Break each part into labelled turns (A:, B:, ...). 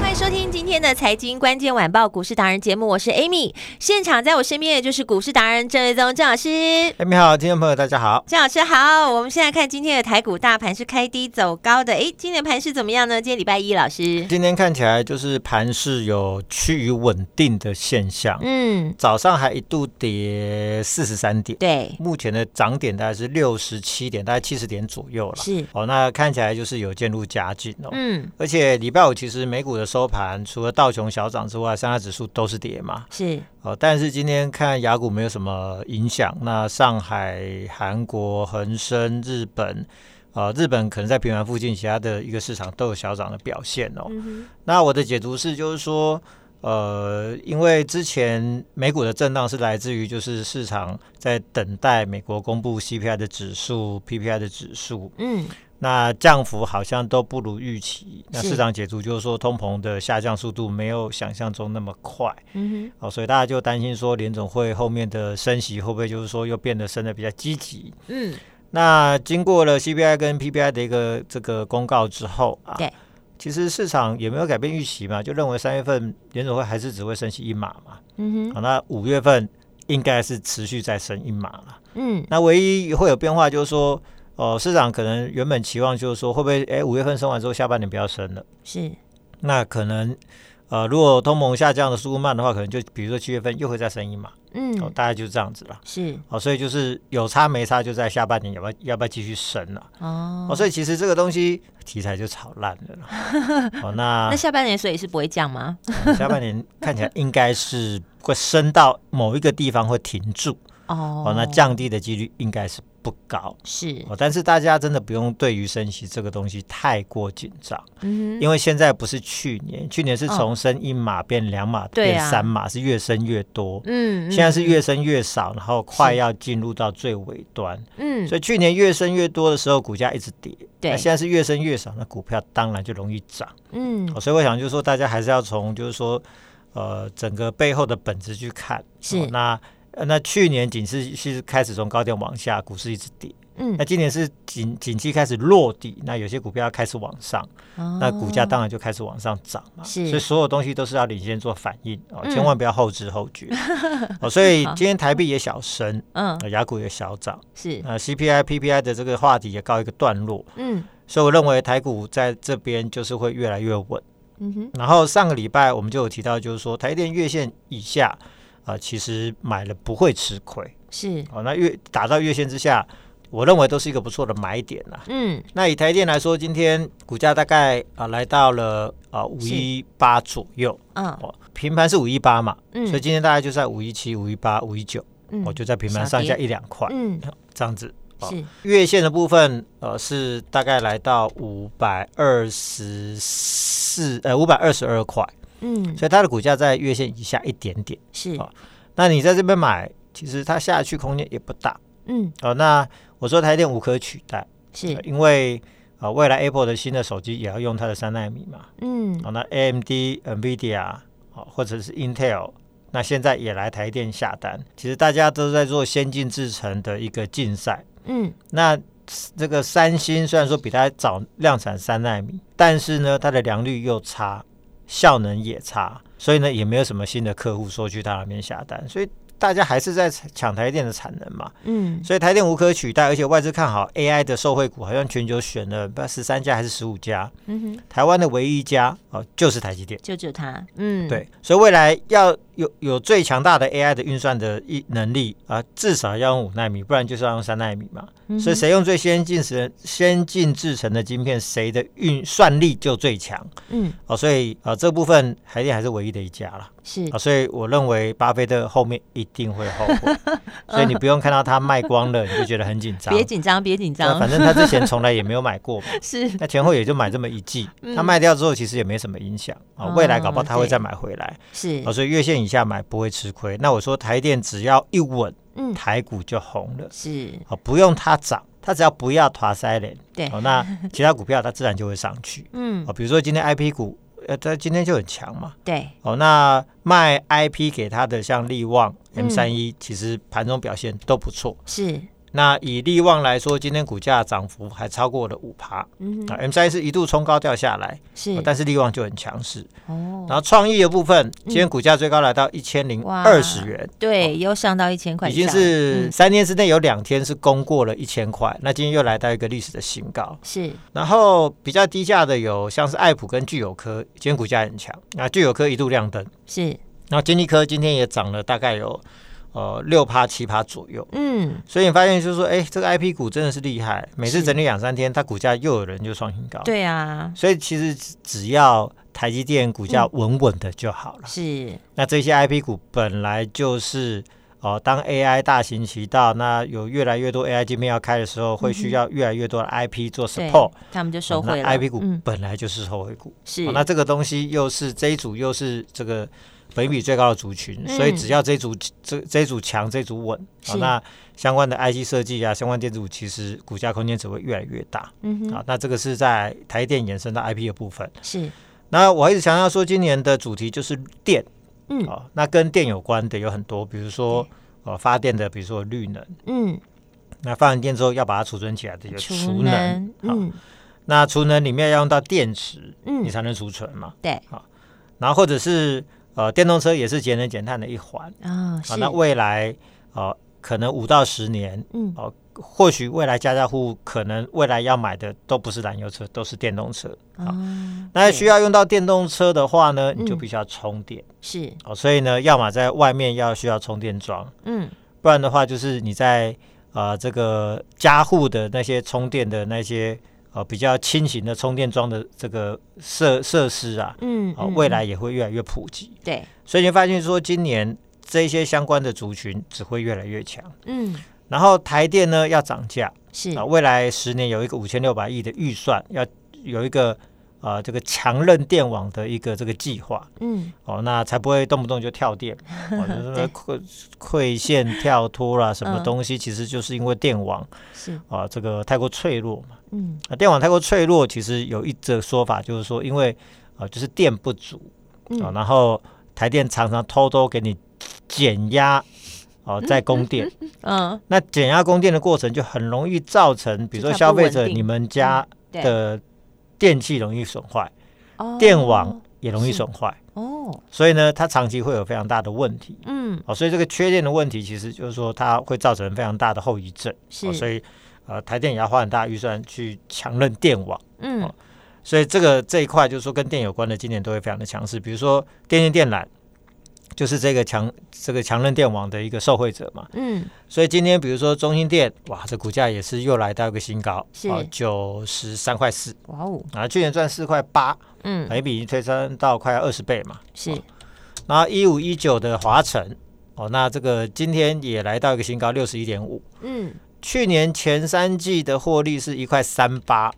A: 欢迎收听今天的财经关键晚报股市达人节目，我是 Amy。现场在我身边的就是股市达人郑瑞宗郑老师。
B: 哎，你好，听众朋友，大家好。
A: 郑老师好，我们现在看今天的台股大盘是开低走高的，诶，今年盘是怎么样呢？今天礼拜一，老师，
B: 今天看起来就是盘是有趋于稳定的现象，
A: 嗯，
B: 早上还一度跌四十三点，
A: 对，
B: 目前的涨点大概是六十七点，大概七十点左右了。
A: 是，
B: 哦，那看起来就是有渐入佳境哦。
A: 嗯，
B: 而且礼拜五其实美股的收盘，除了道琼小涨之外，三大指数都是跌嘛。
A: 是，
B: 哦，但是今天看雅股没有什么影响。那上海、韩国、恒生、日本，呃，日本可能在平盘附近，其他的一个市场都有小涨的表现哦。
A: 嗯
B: 那我的解读是，就是说，呃，因为之前美股的震荡是来自于就是市场在等待美国公布 CPI 的指数、PPI 的指数，
A: 嗯，
B: 那降幅好像都不如预期。那
A: 是
B: 市场解读就是说，通膨的下降速度没有想象中那么快。
A: 嗯
B: 哦，所以大家就担心说联总会后面的升息会不会就是说又变得升的比较积极？
A: 哼，嗯，
B: 那经过了 CPI 跟 PPI 的一个这个公告之后啊，
A: 对，
B: 其实市场也没有改变预期嘛，就认为三月份联总会还是只会升息一码嘛，
A: 嗯哼，
B: 好，那五月份应该是持续再升一码了。
A: 嗯，
B: 那唯一会有变化就是说，哦、市场可能原本期望就是说会不会哎五月份升完之后下半年不要升了。
A: 是，
B: 那可能呃，如果通膨下降的速度慢的话，可能就比如说七月份又会再升一码，哦，
A: 嗯，
B: 大概就是这样子了。
A: 是，
B: 哦，所以就是有差没差，就在下半年要不要要不要继续升了、
A: 哦
B: 哦，，所以其实这个东西题材就炒烂了啦。 哦，那
A: 那下半年所以是不会降吗？
B: 下半年看起来应该是会升到某一个地方会停住，
A: 哦
B: 哦，那降低的几率应该是不高。
A: 是，
B: 哦，但是大家真的不用对于升息这个东西太过紧张。
A: 嗯哼，
B: 因为现在不是去年，去年是从升一码变两码、
A: 对啊
B: 变三码，是越升越多。
A: 嗯，嗯
B: 现在是，越升越少，然后快要进入到最尾端，
A: 嗯，
B: 所以去年越升越多的时候，股价一直跌。
A: 对
B: 那现在是越升越少，那股票当然就容易涨。
A: 嗯
B: 哦，所以我想就是说，大家还是要从就是说，呃，整个背后的本质去看。
A: 是
B: 哦那呃那去年仅是是开始从高点往下，股市一直跌。
A: 嗯
B: 那，今年是景景气开始落底，那有些股票开始往上。那股价
A: 哦
B: 当然就开始往上涨嘛。
A: 是
B: 所以所有东西都是要领先做反应哦，
A: 嗯
B: 千万不要后知后觉。哦，所以
A: 好
B: 今天台币也小升，
A: 嗯
B: 呃雅股也小涨，
A: 是，
B: 呃 CPI、PPI 的这个话题也告一个段落，
A: 嗯
B: 所以我认为台股在这边就是会越来越稳。
A: 嗯哼，
B: 然后上个礼拜我们就有提到，就是说台电月线以下啊、呃其实买了不会吃亏。
A: 是，
B: 哦，那月打到月线之下，我认为都是一个不错的买点啦、
A: 嗯
B: 那以台电来说，今天股价大概啊、来到了啊五一八左右，
A: 嗯
B: 哦，平盘是五一八嘛，
A: 嗯，
B: 所以今天大概就在五一七、五一八、五一九，哦
A: 嗯
B: 我就在平盘上
A: 小
B: 下
A: 跌
B: 一两块、
A: 嗯
B: 这样子。哦
A: 是，
B: 月线的部分，呃，是大概来到五百二十四，呃，五百二十二块，
A: 嗯
B: 所以它的股价在月线以下一点点。
A: 是，
B: 哦那你在这边买，其实它下去空间也不大。
A: 嗯
B: 哦，那我说台电无可取代，呃
A: 是，
B: 因为啊、呃未来 Apple 的新的手机也要用它的三纳米嘛，
A: 嗯
B: 哦，那 AMD、NVIDIA 哦，或者是 Intel，那现在也来台电下单，其实大家都在做先进制程的一个竞赛。
A: 嗯
B: 那这个三星虽然说比它早量产三纳米，但是呢，它的良率又差，效能也差，所以呢，也没有什么新的客户说去它那边下单，所以大家还是在抢台积电的产能嘛，
A: 嗯，
B: 所以台电无可取代，而且外资看好 AI 的受惠股，好像全球选了不十三家还是十五家，
A: 嗯哼，
B: 台湾的唯一一家哦、就是台积电。
A: 救救他，嗯，，
B: 对，所以未来要有有最强大的 AI 的运算的一能力啊、至少要用五纳米，不然就是要用三纳米嘛。
A: 嗯
B: 所以谁用最先进时先进制成的晶片，谁的运算力就最强
A: 嗯，
B: 哦。所以啊、这部分台电还是唯一的一家啦。
A: 是
B: 啊、，所以我认为巴菲特后面一定会后悔， 所以你不用看到他卖光了，你就觉得很紧张。
A: 别紧张，别紧
B: 那
A: 张，
B: 啊反正他之前从来也没有买过嘛，
A: 是，
B: 那前后也就买这么 一季，他卖掉之后其实也没什么影响啊、
A: 嗯哦
B: 未来搞不好他会
A: 对
B: 再买回来。
A: 是
B: 哦，，所以月线以下买不会吃亏。那我说台电只要一稳，
A: 嗯
B: 台股就红了，
A: 是，
B: 哦，不用它涨，它只要不要垮塞脸，
A: 对，
B: 哦，那其他股票它自然就会上去。
A: 嗯，
B: 哦，比如说今天 I P 股，呃，它今天就很强嘛。
A: 对，
B: 哦，那卖 I P 给它的像力旺、
A: 嗯
B: M 三一，其实盘中表现都不错。
A: 是，
B: 那以力旺来说，今天股价涨幅还超过了五趴。
A: 嗯
B: 啊
A: 哼，
B: ，M 三一是一度冲高掉下来，
A: 是
B: 哦，但是力旺就很强势。
A: 哦，
B: 然后创意的部分，今天股价最高来到一千零
A: 哇
B: 二十元，
A: 对，又上到一千块
B: 哦已
A: 以上，
B: 经是
A: 嗯
B: 三天之内有两天是攻过了一千块，那今天又来到一个历史的新高。
A: 是，
B: 然后比较低价的有像是爱普跟聚友科，今天股价也很强，那聚友科一度亮灯，
A: 是，
B: 然后金利科今天也涨了大概有呃六趴七趴左右。
A: 嗯，
B: 所以你发现就是说，哎，这个 I P 股真的是厉害，每次
A: 是
B: 整理两三天，它股价又有人就创新高。，
A: 对啊，
B: 所以其实只要台积电股价稳稳的就好了。
A: 是，
B: 那这些 IP 股本来就是哦，当 AI 大行其道，那有越来越多 AI 晶片要开的时候，会需要越来越多的 IP 做
A: 嗯对
B: support，、，哦
A: 他们就收
B: 那
A: 回了
B: IP 股
A: 嗯，
B: 本来就是受惠股、
A: 是
B: 哦，那这个东西又是这一组又是这个。本比最高的族群，
A: 嗯
B: 所以只要这一组这这一组强，这一组稳，
A: 是
B: 好、那相关的 IC 设计啊，相关电子股，其实股价空间只会越来越大。好、
A: 嗯哼，
B: 那这个是在台电延伸到 IP 的部分。
A: 是，
B: 那我一直强调说，今年的主题就是电，
A: 嗯
B: 哦，那跟电有关的有很多，比如说
A: 对
B: 呃发电的，比如说绿能，
A: 嗯，
B: 那发完电之后要把它储存起来的有储
A: 储
B: 能，哦
A: 能，
B: 好
A: 嗯
B: 那储能里面要用到电池，
A: 嗯，
B: 你才能储存嘛，
A: 对，
B: 然后或者是呃电动车也是节能减碳的一环，
A: 啊，是
B: 啊，，那未来呃可能五到十年，哦
A: 嗯，
B: 或许未来家家户户可能未来要买的都不是燃油车，都是电动车，啊，
A: 哦，
B: 那
A: 对
B: 需要用到电动车的话呢，你就
A: 嗯
B: 必须要充电。
A: 是，
B: 哦，所以呢，要么在外面要需要充电桩，
A: 嗯，
B: 不然的话就是你在呃这个家户的那些充电的那些呃比较轻型的充电桩的这个设设施啊，
A: 嗯，
B: 哦，
A: 嗯
B: 未来也会越来越普及。
A: 对，
B: 所以你会发现说，今年这一些相关的族群只会越来越强。
A: 嗯，
B: 然后台电呢要涨价
A: 是
B: 啊，未来十年有一个五千六百亿的预算，要有一个呃这个强韧电网的一个这个计划。
A: 嗯，
B: 哦，那才不会动不动就跳电，哦，就是
A: 对
B: 说馈馈线跳脱啦，什么
A: 嗯
B: 东西，其实就是因为电网
A: 是，
B: 啊、这个太过脆弱嘛。
A: 嗯，
B: 啊，电网太过脆弱，其实有一则说法就是说，因为啊、就是电不足
A: 嗯
B: 啊、然后台电常常偷偷给你减压哦，在供电。
A: 嗯，
B: 那减压供电的过程就很容易造成，比如说
A: 就它
B: 消
A: 不
B: 费
A: 稳
B: 者
A: 定嗯
B: 你们家
A: 对，
B: 的电器容易损坏，
A: 哦
B: 电网，也容易
A: 是
B: 损坏。
A: 哦，
B: 所以呢，它长期会有非常大的问题。
A: 嗯，
B: 哦，所以这个缺电的问题，其实就是说它会造成非常大的后遗症。
A: 是，
B: 哦，所以呃，台电也要花很大预算去强韧电网。
A: 嗯
B: 哦，所以这个这一块就是说跟电有关的，今年都会非常的强势。比如说电线电缆，就是这个强这个强韧电网的一个受惠者嘛。
A: 嗯，
B: 所以今天比如说中兴电，哇，这股价也是又来到一个新高，哦
A: 是
B: 九十三块四
A: 哇哦，
B: 啊，去年赚四块八，
A: 嗯，
B: 每笔推升到快二十倍嘛。
A: 是，
B: 然后一五一九的华晨，哦，那这个今天也来到一个新高六十一点五，
A: 嗯，
B: 去年前三季的获利是一块三八，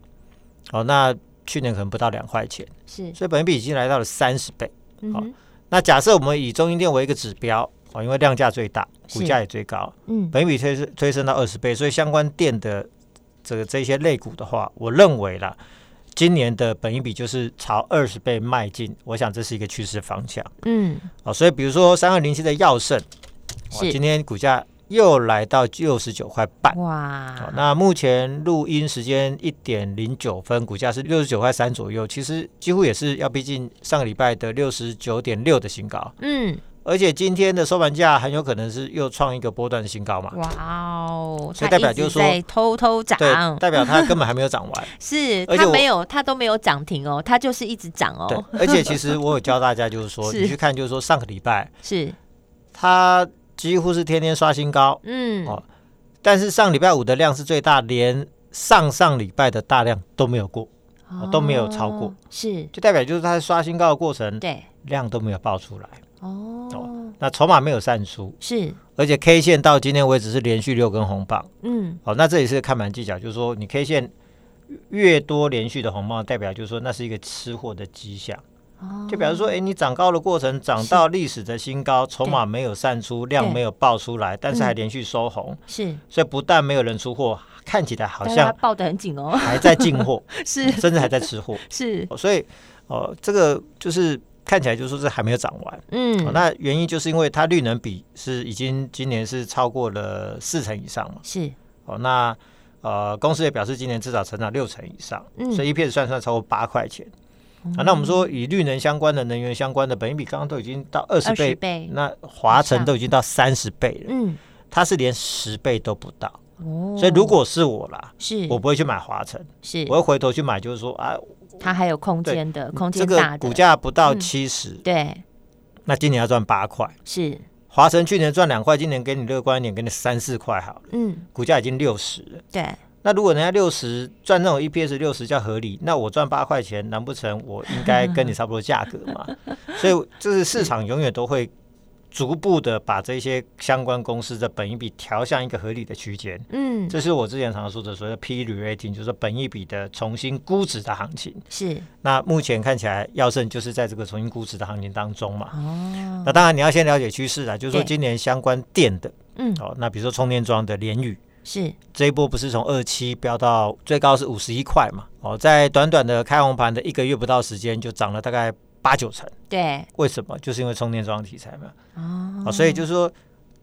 B: 哦，那去年可能不到两块钱，
A: 是，
B: 所以本益比已经来到了三十倍。
A: 嗯
B: 好
A: 哼，
B: 那假设我们以中英店为一个指标，哦，因为量价最大，股价也最高，
A: 嗯，
B: 本益比推升推升到二十倍，所以相关店的这个这些类股的话，我认为啦。今年的本益比就是朝二十倍迈进，我想这是一个趋势方向。
A: 嗯，
B: 哦，所以比如说三二零七的药盛，哇
A: 是
B: 今天股价又来到六十九块半。哦
A: 哇，，
B: 那目前录音时间一点零九分，股价是六十九块三左右，其实几乎也是要逼近上个礼拜的六十九点六的新高。
A: 嗯，
B: 而且今天的收盘价很有可能是又创一个波段新高嘛，
A: 哇哦，
B: 所以
A: 它
B: 代表
A: 一直
B: 就是说
A: 在偷偷
B: 对，
A: 涨，
B: 代表它根本还没有涨完。
A: 是
B: 而且
A: 它
B: 我
A: 没有，它都没有涨停哦，它就是一直涨
B: 对
A: 哦，，
B: 而且其实我有教大家，就是 说
A: 是
B: 你去看，就是说上个礼拜
A: 是，
B: 它几乎是天天刷新高，
A: 嗯，
B: 哦但是上礼拜五的量是最大，连上上礼拜的大量都没有过，
A: 哦
B: 都没有超过，
A: 是，
B: 就代表就是它在刷新高的过程
A: 对，
B: 量都没有爆出来，
A: 哦，
B: 那筹码没有散出，
A: 是，
B: 而且 K 线到今天为止是连续六根红棒。
A: 嗯，
B: 好，那这也是看盘技巧，就是说你 K 线越多连续的红棒，代表就是说那是一个吃货的迹象，
A: 哦
B: 就表示说，哎、你涨高的过程涨到历史的新高，筹码没有散出，量没有爆出来，但是还连续收红，
A: 是，
B: 所以不但没有人出货，看起来好
A: 但是它
B: 像
A: 抱得很紧哦，
B: 还在进货，
A: 是
B: 甚至还在吃货，
A: 是，
B: 哦所以哦、呃这个就是看起来就是说是还没有涨完。哦
A: 嗯，
B: 那原因就是因为它绿能比是已经今年是超过了四成以上嘛，
A: 是，
B: 哦，那呃，公司也表示今年至少成长六成以上，
A: 嗯
B: 所以 EPS 算算超过八块钱、啊。那我们说以绿能相关的、能源相关的，本益比刚刚都已经到二十倍，
A: 20倍
B: 那华晨都已经到三十倍了，
A: 嗯，
B: 它是连十倍都不到。
A: 哦
B: 所以如果是我啦，
A: 是
B: 我不会去买华晨，
A: 是
B: 我，会回头去买，就是说啊，
A: 它还有空
B: 对嗯
A: 间的，空
B: 这
A: 间大
B: 个
A: 的，
B: 股价不到
A: 嗯
B: 七十、
A: 对，
B: 那今年要赚八块。
A: 是，
B: 华晨去年赚两块，今年给你乐观一点，给你三四块好了，
A: 嗯，
B: 股价已经六十了。
A: 对，
B: 那如果人家六十赚那种 EPS 六十叫合理，那我赚八块钱，难不成我应该跟你差不多价格嘛？所以就是市场永远都会逐步的把这些相关公司的本益比调向一个合理的区间。
A: 嗯，
B: 这是我之前常说的所谓的 P E rating，就是本益比的重新估值的行情。
A: 是，
B: 那目前看起来，耀盛就是在这个重新估值的行情当中嘛。
A: 哦，
B: 那当然你要先了解趋势啦，就是说
A: 对
B: 今年相关电的
A: 嗯，
B: 哦，那比如说充电桩的联宇，
A: 是，
B: 这一波不是从二七飙到最高是五十一块嘛？哦，在短短的开红盘的一个月不到时间，就涨了大概八九成。
A: 对，
B: 为什么？就是因为充电桩题材嘛。
A: 哦
B: 哦，所以就是说，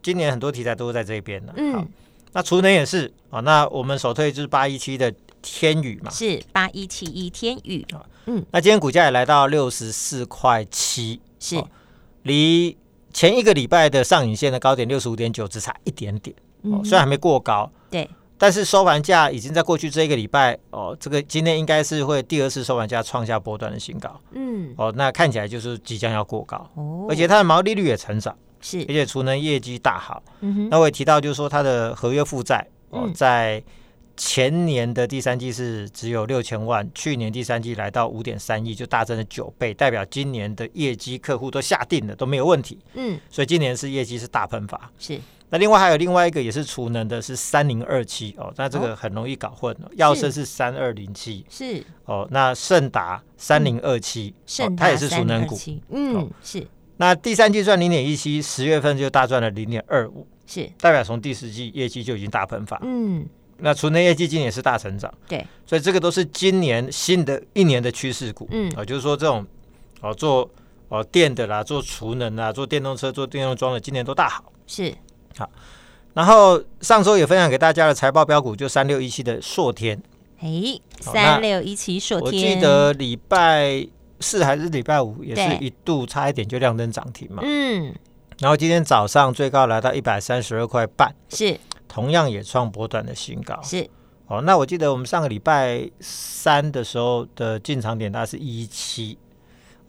B: 今年很多题材都在这边了。好
A: 嗯，，
B: 那储能也是哦。那我们首推就是八一七的天宇嘛。
A: 是八一七一天宇，
B: 那今天股价也来到六十四块七，
A: 是
B: 哦，离前一个礼拜的上影线的高点六十五点九只差一点点，哦，虽然还没过高，
A: 嗯对，
B: 但是收盘价已经在过去这一个礼拜哦，这个今天应该是会第二次收盘价创下波段的新高
A: 嗯，
B: 哦，那看起来就是即将要过高，
A: 哦
B: 而且它的毛利率也成长，
A: 是
B: 而，且储能业绩大好。
A: 嗯哼，
B: 那我也提到，就是说它的合约负债哦
A: 嗯，
B: 在前年的第三季是只有六千万，去年第三季来到五点三亿，就大增了九倍，代表今年的业绩客户都下定了，都没有问题，
A: 嗯，
B: 所以今年是业绩是大喷发。
A: 是，
B: 那另外还有另外一个也是储能的，是三零二七哦，那这个很容易搞混哦。耀盛是三二零七
A: 是，
B: 哦，那盛达三零二七，哦
A: 嗯盛
B: 它
A: 达
B: 也是储能股。
A: 327，嗯，是
B: 那第三季赚零点一七，十月份就大赚了零点二五，
A: 是，
B: 代表从第四季业绩就已经大喷发。
A: 嗯，
B: 那储能业绩今年是大成长，
A: 对，
B: 所以这个都是今年新的一年的趋势股。
A: 嗯
B: 哦，就是说这种哦做哦电的啦，做储能啦，做电动车、做电动装的，今年都大好。
A: 是，
B: 然后上周也分享给大家的财报标股，就三六一七的硕天，
A: 哎，
B: 好
A: 三
B: 那
A: 六一七硕
B: 我
A: 天，
B: 记得礼拜四还是礼拜五，也是
A: 对
B: 一度差一点就亮灯涨停嘛。
A: 嗯，
B: 然后今天早上最高来到一百三十二块半，
A: 是
B: 同样也创波段的新高。
A: 是，
B: 哦，那我记得我们上个礼拜三的时候的进场点大概是一七，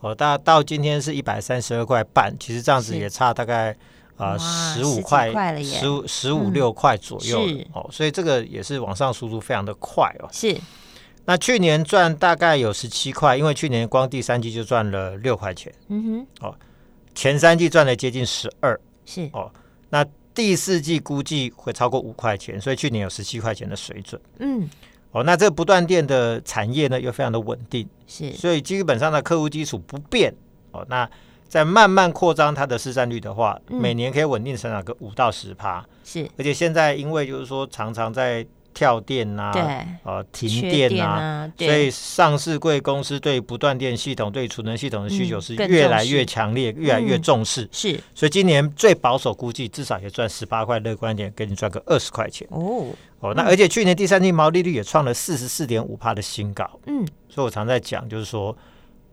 B: 哦，大到今天是一百三十二块半，其实这样子
A: 是
B: 也差大概啊
A: 哇
B: 十
A: 10
B: 五
A: 几
B: 块
A: 块了耶嗯
B: 十五十五六块左右了
A: 是
B: 哦，所以这个也是往上速度非常的快哦。
A: 是，
B: 那去年赚大概有十七块，因为去年光第三季就赚了六块钱，
A: 嗯哼，
B: 前三季赚了接近十二，
A: 是，
B: 那第四季估计会超过五块钱，所以去年有十七块钱的水准。
A: 嗯，
B: 哦，那这个不断电的产业呢又非常的稳定，
A: 是，
B: 所以基本上的客户基础不变。哦，那在慢慢扩张它的市占率的话，
A: 嗯
B: 每年可以稳定成长个五到十趴。
A: 是，
B: 而且现在因为就是说常常在跳电呐、啊，
A: 对，
B: 呃停
A: 缺
B: 电啊，
A: 啊，
B: 所以
A: 对，
B: 上市贵公司对不断电系统、对储能系统的需求
A: 嗯
B: 是
A: 更
B: 越来
A: 重视
B: 越强烈、越来越
A: 嗯
B: 重视。
A: 是，
B: 所以今年最保守估计至少也赚十八块，乐观点给你赚个二十块钱。
A: 哦，
B: 哦，那而且去年第三季毛利率也创了四十四点五帕的新高，
A: 嗯，
B: 所以我常在讲，就是说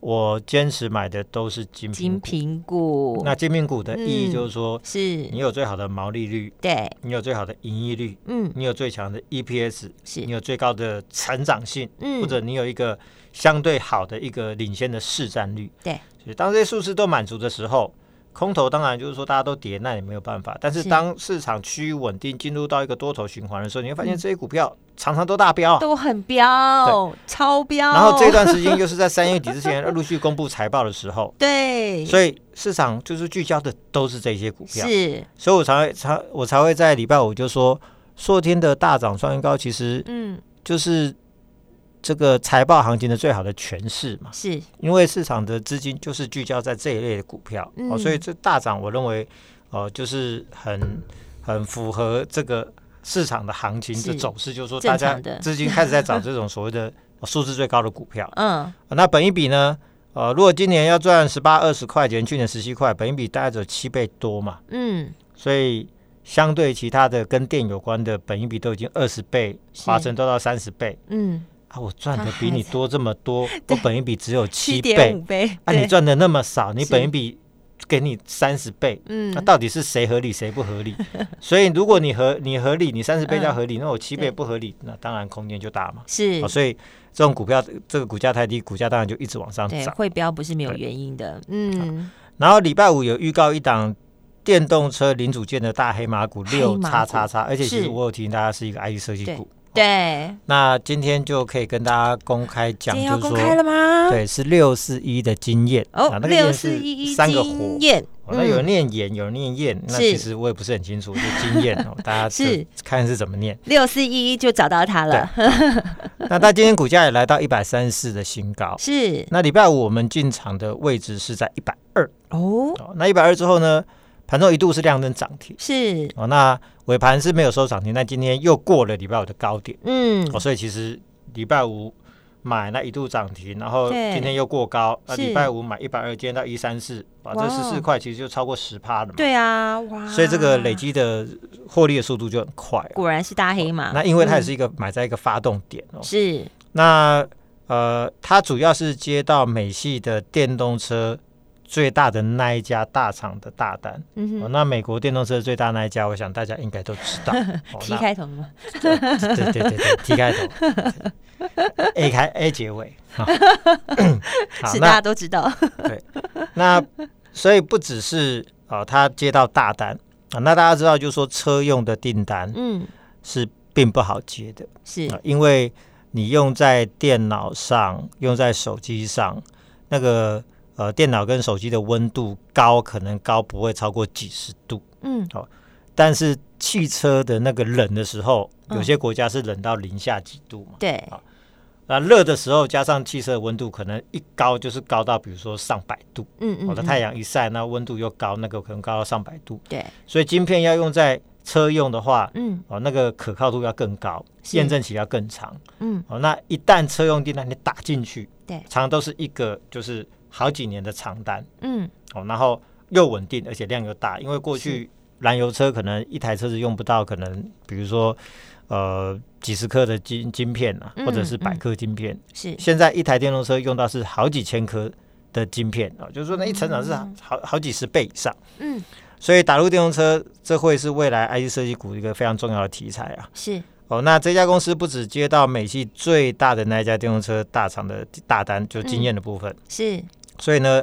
B: 我坚持买的都是金
A: 金
B: 品股。
A: 苹果
B: 那金品股的意义
A: 嗯
B: 就是说，
A: 是
B: 你有最好的毛利率，
A: 对，
B: 你有最好的盈利率，
A: 嗯
B: 你有最强的 EPS，
A: 是
B: 你有最高的成长性，
A: 嗯
B: 或者你有一个相对好的一个领先的市占率。
A: 对，
B: 所以当这些数字都满足的时候，空头当然就是说大家都跌，那也没有办法。但是
A: 是
B: 当市场趋于稳定，进入到一个多头循环的时候，你会发
A: 嗯
B: 现这些股票常常都大飙啊。
A: 都很标，超标。
B: 然后这段时间又是在三月底 之前陆续公布财报的时候，
A: 对，
B: 所以市场就是聚焦的都是这些股票。
A: 嗯是
B: 所以我才会才我才会在礼拜五就说，硕天的大涨创新高，其实
A: 嗯
B: 就是这个财报行情的最好的诠释嘛。
A: 是
B: 因为市场的资金就是聚焦在这一类的股票，
A: 嗯
B: 哦，所以这大涨，我认为呃就是很很符合这个市场的行情
A: 是
B: 的走势，就是说
A: 正
B: 大
A: 常
B: 家
A: 的
B: 资金开始 在找这种所谓的呃数字最高的股票。
A: 嗯
B: 呃那本一比呢？呃，如果今年要赚十八二十块钱，去年十七块，本一比大概只有七倍多嘛。
A: 嗯
B: 所以相对其他的跟电有关的本益比都已经二十倍，
A: 是
B: 华晨都到三十倍
A: 嗯，
B: 啊，我赚
A: 它
B: 的
A: 还
B: 比你
A: 在
B: 多这么 多，我本益比只有
A: 七
B: 七
A: 点
B: 倍
A: 五倍
B: 啊，你
A: 对
B: 赚的那么少，你
A: 是
B: 本益比给你三十倍。那、
A: 嗯
B: 到底是谁合理，谁不 合理？所以如果你合你合理，你三十倍叫合理，那我七
A: 嗯对
B: 倍不合理，那当然空间就大嘛。
A: 是
B: 啊，所以这种股票，这个股价太低，股价当然就一直往上
A: 对
B: 涨。
A: 会标不是没有原因的，嗯
B: 然后礼拜五有预告一档电动车零组件的大黑马股
A: 黑马
B: 六
A: 股
B: 叉叉叉，而且其
A: 是
B: 实我有提醒大家是一个 IE 设计股。
A: 对，
B: 那今天就可以跟大家公开
A: 今
B: 讲，
A: 天要
B: 就是
A: 公开了
B: 说，
A: 吗？
B: 对，是六四一的经验
A: 哦，
B: 那个
A: 六
B: 验
A: 四
B: 是
A: 一一
B: 三个火
A: 经。验，
B: 哦那有人
A: 嗯
B: 念研，有人念验，那
A: 是
B: 其实我也不是很清楚，就经验哦，大 家就是看是怎么念。
A: 六四一一就找到它了，
B: 那它今天股价也来到一百三十四的新高。
A: 是
B: 那礼拜五我们进场的位置是在一百二
A: 哦，
B: 哦，那一百二之后呢，盘中一度是亮灯涨停。
A: 是
B: 哦，那尾盘是没有收涨停，那今天又过了礼拜五的高点，
A: 嗯
B: 哦，所以其实礼拜五买那一度涨停，然后
A: 对
B: 今天又过高，那
A: 是
B: 礼拜五买一百二，今天到一三四，
A: 哇
B: 啊，这
A: 哦
B: 十四块其实就超过十趴了嘛，
A: 对啊，哇，
B: 所以这个累积的获利的速度就很快哦、
A: 果然是大黑马，
B: 那因为它也是
A: 嗯
B: 一个买在一个发动点哦，
A: 是
B: 那呃，它主要是接到美系的电动车最大的那一家大厂的大单。
A: 嗯
B: 哦，
A: 哼，
B: 那美国电动车最大那一家，我想大家应该都知 道。哦
A: T
B: 那
A: 开头吗？
B: 对对对对，T 开头 ，A 开 A 结尾。好，好
A: 是大家
B: 那
A: 都知道，
B: 那所以不只是啊、呃他接到大单啊、那大家知道，就是说车用的订单
A: 嗯，
B: 是并不好接的
A: 是
B: 啊、因为你用在电脑上，用在手机上，那个呃电脑跟手机的温度高，可能高不会超过几十度。
A: 嗯
B: 但是汽车的那个冷的时候，
A: 嗯
B: 有些国家是冷到零下几度嘛。
A: 对，
B: 那热的时候，加上汽车的温度，可能一高就是高到比如说上百度。
A: 嗯嗯，
B: 我的
A: 嗯
B: 太阳一晒，那温度又高，那个可能高到上百度。
A: 对，
B: 所以晶片要用在车用的话，
A: 嗯
B: 哦，那个可靠度要更高，
A: 是
B: 验证期要更长。
A: 嗯
B: 哦，那一旦车用订单你打进去，
A: 对
B: 常常都是一个就是好几年的长单。
A: 嗯，
B: 哦，然后又稳定，而且量又大，因为过去燃油车可能一台车子用不到，可能比如说呃几十颗的晶晶片啊，
A: 嗯
B: 或者是百
A: 嗯
B: 颗晶片，
A: 是
B: 现在一台电动车用到是好几千颗的晶片啊、哦就是说那一成长是好好好几十倍以上，
A: 嗯
B: 所以打入电动车，这会是未来 IC 设计股一个非常重要的题材啊。
A: 是
B: 哦，那这家公司不只接到美系最大的那一家电动车大厂的大单，就是经验的部分，
A: 是
B: 所以呢，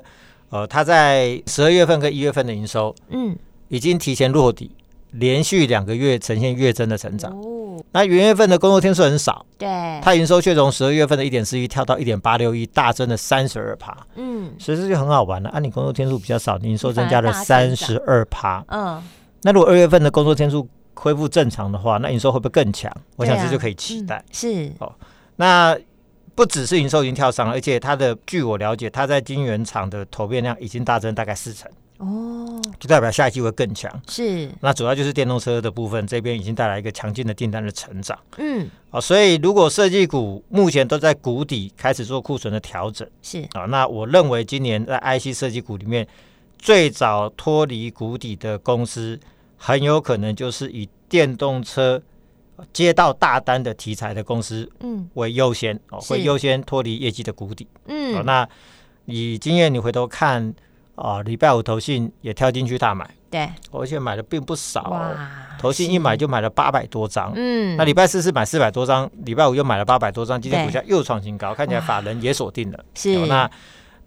B: 呃，它在十二月份跟一月份的营收
A: 嗯
B: 已经提前落底，连续两个月呈现月增的成长。
A: 哦
B: 那元月份的工作天数很少，
A: 对，
B: 它营收却从十二月份的一点四一跳到一点八六一，大增了三十二趴，
A: 嗯
B: 所以这就很好玩了。啊，你工作天数比较少，你营收增加了
A: 你反而大
B: 三
A: 增
B: 十二趴。
A: 嗯
B: 那如果二月份的工作天数恢复正常的话，那营收会不会更强？我想
A: 对啊
B: 这就可以期待。
A: 是
B: 那不只是营收已经跳上了，而且它的据我了解，它在晶圆厂的投片量已经大增大概四成，
A: 哦
B: 就代表下一季会更强。
A: 是
B: 那主要就是电动车的部分，这边已经带来一个强劲的订单的成长
A: 嗯
B: 啊、所以如果设计股目前都在谷底开始做库存的调整
A: 是
B: 啊、那我认为今年在 IC 设计股里面最早脱离谷底的公司，很有可能就是以电动车呃接到大单的题材的公司
A: 嗯
B: 为优先哦，
A: 是
B: 会优先脱离业绩的谷底啊、
A: 嗯
B: 那以经验你回头看啊、礼拜五投信也跳进去大买，哦
A: 对，
B: 而且买的并不少、哦，
A: 哇，
B: 投信一买就买了八百多张。
A: 嗯，
B: 那礼拜四是买四百多张，礼拜五又买了八百多张，今天
A: 对
B: 股价又创新高，看起来法人也锁定了。
A: 是
B: 好那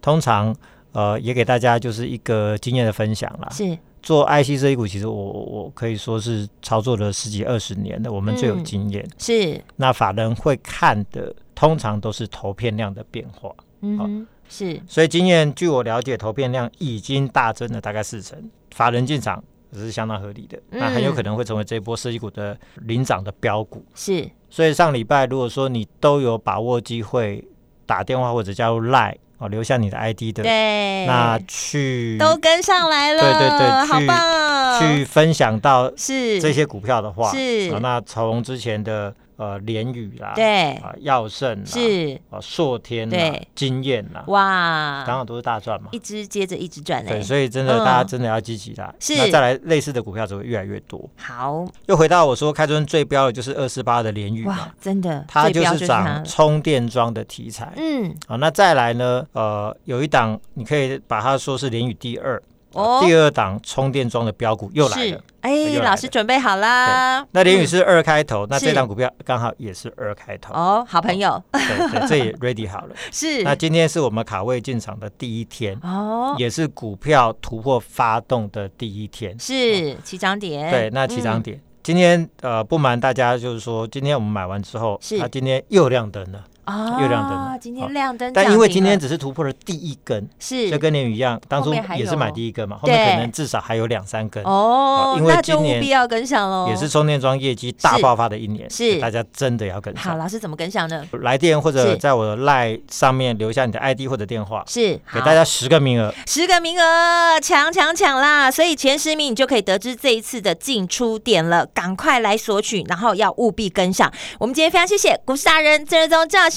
B: 通常呃也给大家就是一个经验的分享啦。
A: 是
B: 做 IC 这一股，其实我我我可以说是操作了十几二十年的，我们最有
A: 嗯
B: 经验。
A: 是，
B: 那法人会看的，通常都是投片量的变化，
A: 嗯哼，是
B: 所以经验据我了解，投片量已经大增了大概四成，法人进场这是相当合理的，
A: 嗯
B: 那很有可能会成为这一波设计股的领涨的标股。
A: 是，
B: 所以上礼拜如果说你都有把握机会打电话或者加入 Line 哦，留下你的 ID 的，
A: 对，
B: 那去
A: 都跟上来了，
B: 对对对
A: 好
B: 去
A: 棒，哦
B: 去分享到
A: 是
B: 这些股票的话，
A: 是
B: 哦那从之前的呃联宇啦，
A: 对
B: 啊药盛啦，
A: 是
B: 啊硕天啦
A: 对
B: 经验啦，刚
A: 哇，
B: 好都是大赚嘛
A: 一。只接着一只转
B: 对，
A: 嘞，
B: 所以真
A: 嗯
B: 的大家真的要积极啦。
A: 是
B: 那再来类似的股票只会越来越多。
A: 好
B: 又回到我说开春最标的就是二四八的联宇嘛
A: 哇，，真的，
B: 它
A: 最
B: 就
A: 标
B: 是涨
A: 它
B: 充电桩的题材。
A: 嗯，
B: 好，那再来呢？呃，有一档你可以把它说是联宇第二，
A: 哦
B: 呃第二档充电桩的标股又来了
A: 是。，哎，
B: 又来
A: 老
B: 了
A: 师准备好啦，
B: 那联宇
A: 嗯
B: 是二开头，那
A: 是
B: 这档股票刚好也是二开头，
A: 哦，好朋友
B: 对对，这也 ready 好了。
A: 是
B: 那今天是我们卡位进场的第一天，
A: 哦，
B: 也是股票突破发动的第一天。
A: 是起涨点，
B: 对，那起涨
A: 嗯
B: 点，今天呃不瞒大家，就是说今天我们买完之后，
A: 是
B: 它今天又亮灯了，
A: 哦，
B: 又亮灯了
A: 今
B: 好
A: 天亮灯涨停了，
B: 但因为今天只是突破了第一根，
A: 是
B: 就跟联宇一样，当初
A: 后面还有
B: 也是买第一根嘛，后面
A: 对
B: 可能至少还有两三根。
A: 哦
B: 因，为
A: 那就
B: 今
A: 务
B: 年
A: 必要跟上喽，
B: 也是充电桩业绩大
A: 是
B: 爆发的一年，
A: 是
B: 大家真的要跟
A: 好，
B: 上。
A: 老师怎么跟上呢？
B: 来电或者
A: 是
B: 在我的 line 上面留下你的 ID 或者电话，
A: 是
B: 给
A: 好
B: 大家十个名额。
A: 十个名额，抢抢抢啦！所以前十名你就可以得知这一次的进出点了，赶快来索取，然后要务必跟上。我们今天非常谢谢股市达人郑瑞宗郑老师。